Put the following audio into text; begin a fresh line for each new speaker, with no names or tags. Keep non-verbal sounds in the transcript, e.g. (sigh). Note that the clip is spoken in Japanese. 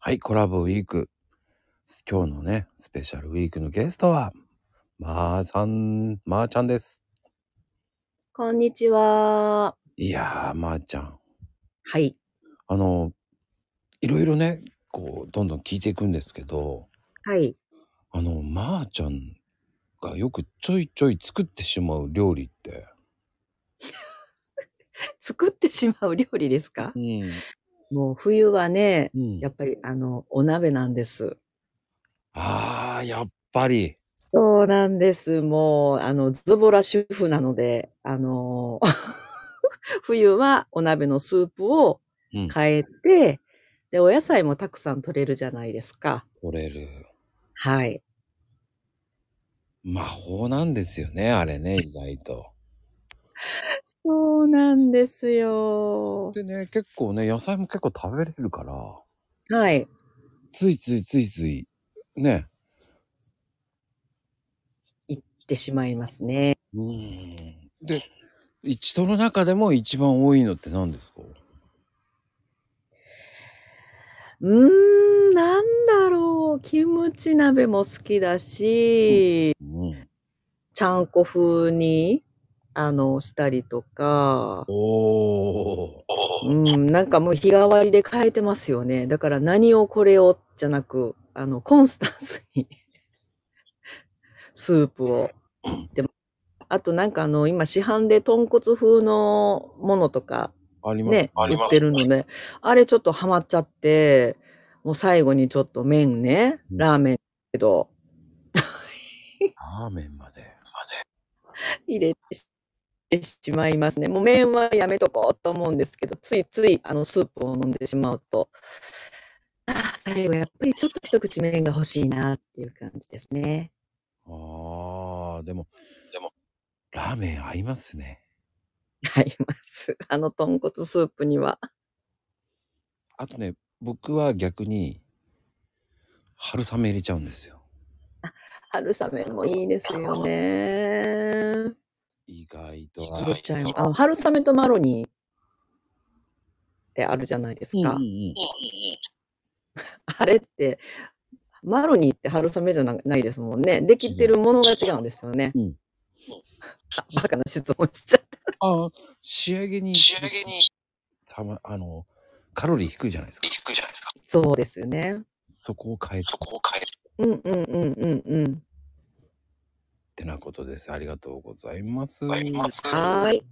はい、コラボウィーク。今日のね、スペシャルウィークのゲストは、まーさん、まー、ちゃんです。
こんにちは。
いやー、まー、ちゃん。
はい。
あの、いろいろね、こう、どんどん聞いていくんですけど、
はい。
あの、まー、ちゃんがよくちょいちょい作ってしまう料理って、
作ってしまう料理ですか
うん、
(laughs) もう冬はね、
うん。
やっぱりあの、お鍋なんです。
あー、やっぱり。
そうなんです。もう、あの、ズボラ主婦なので、あの、 (laughs) 冬はお鍋のスープを
うん、
変えて、で、お野菜もたくさん取れるじゃないですか。
取れる。
はい。
魔法なんですよね、あれね、意外と。
そうなんですよ。
でね、結構ね、野菜も結構食べれるから、
はい。
ついついついつい、ね。
行ってしまいますね。
うーん。で、一度の中でも一番多いのって何ですか
うーん、なんだろう。キムチ鍋も好きだし、
うん。
ちゃんこ風に、あの、したりとか、
おー。
うん、なんかもう日替わりで変えてますよね。だから何をこれをじゃなく、あの、コンスタンスに (laughs) スープを。でも、あとなんかあの、今市販で豚骨風のものとか、
あります。
ね、売ってるので、あれちょっとハマっちゃって、もう最後にちょっと麺ね、
うん
ラーメンけど、
ラーメンまで。
入れてししまいますね。もう麺はやめとこうと思うんですけど、ついついあのスープを飲んでしまうと、ああ、最後やっぱりちょっと一口麺が欲しいなっていう感じですね。
あー、でも、でも、ラーメン合いますね。
合います。あの豚骨スープには。
あとね、僕は逆に、春雨入れちゃうんですよ。
春雨もいいですよね。
意外と。
入れちゃいます。あの春雨とマロニーってあるじゃないです
うんうん
か。
うん
(laughs) あれって、マロニーって春雨じゃなないですもんね。できてるものが違うんですよね。
うん。
あ (laughs) バカな質問しちゃった。
ああ、仕上げに。仕上げに。さま、あの、カロリー低いじゃないですか。低いじゃないですか。
そうですよね。
そこを変えそこを変え
うんうんうんうんうん。
ってなことです。ありがとうございます。
はーい。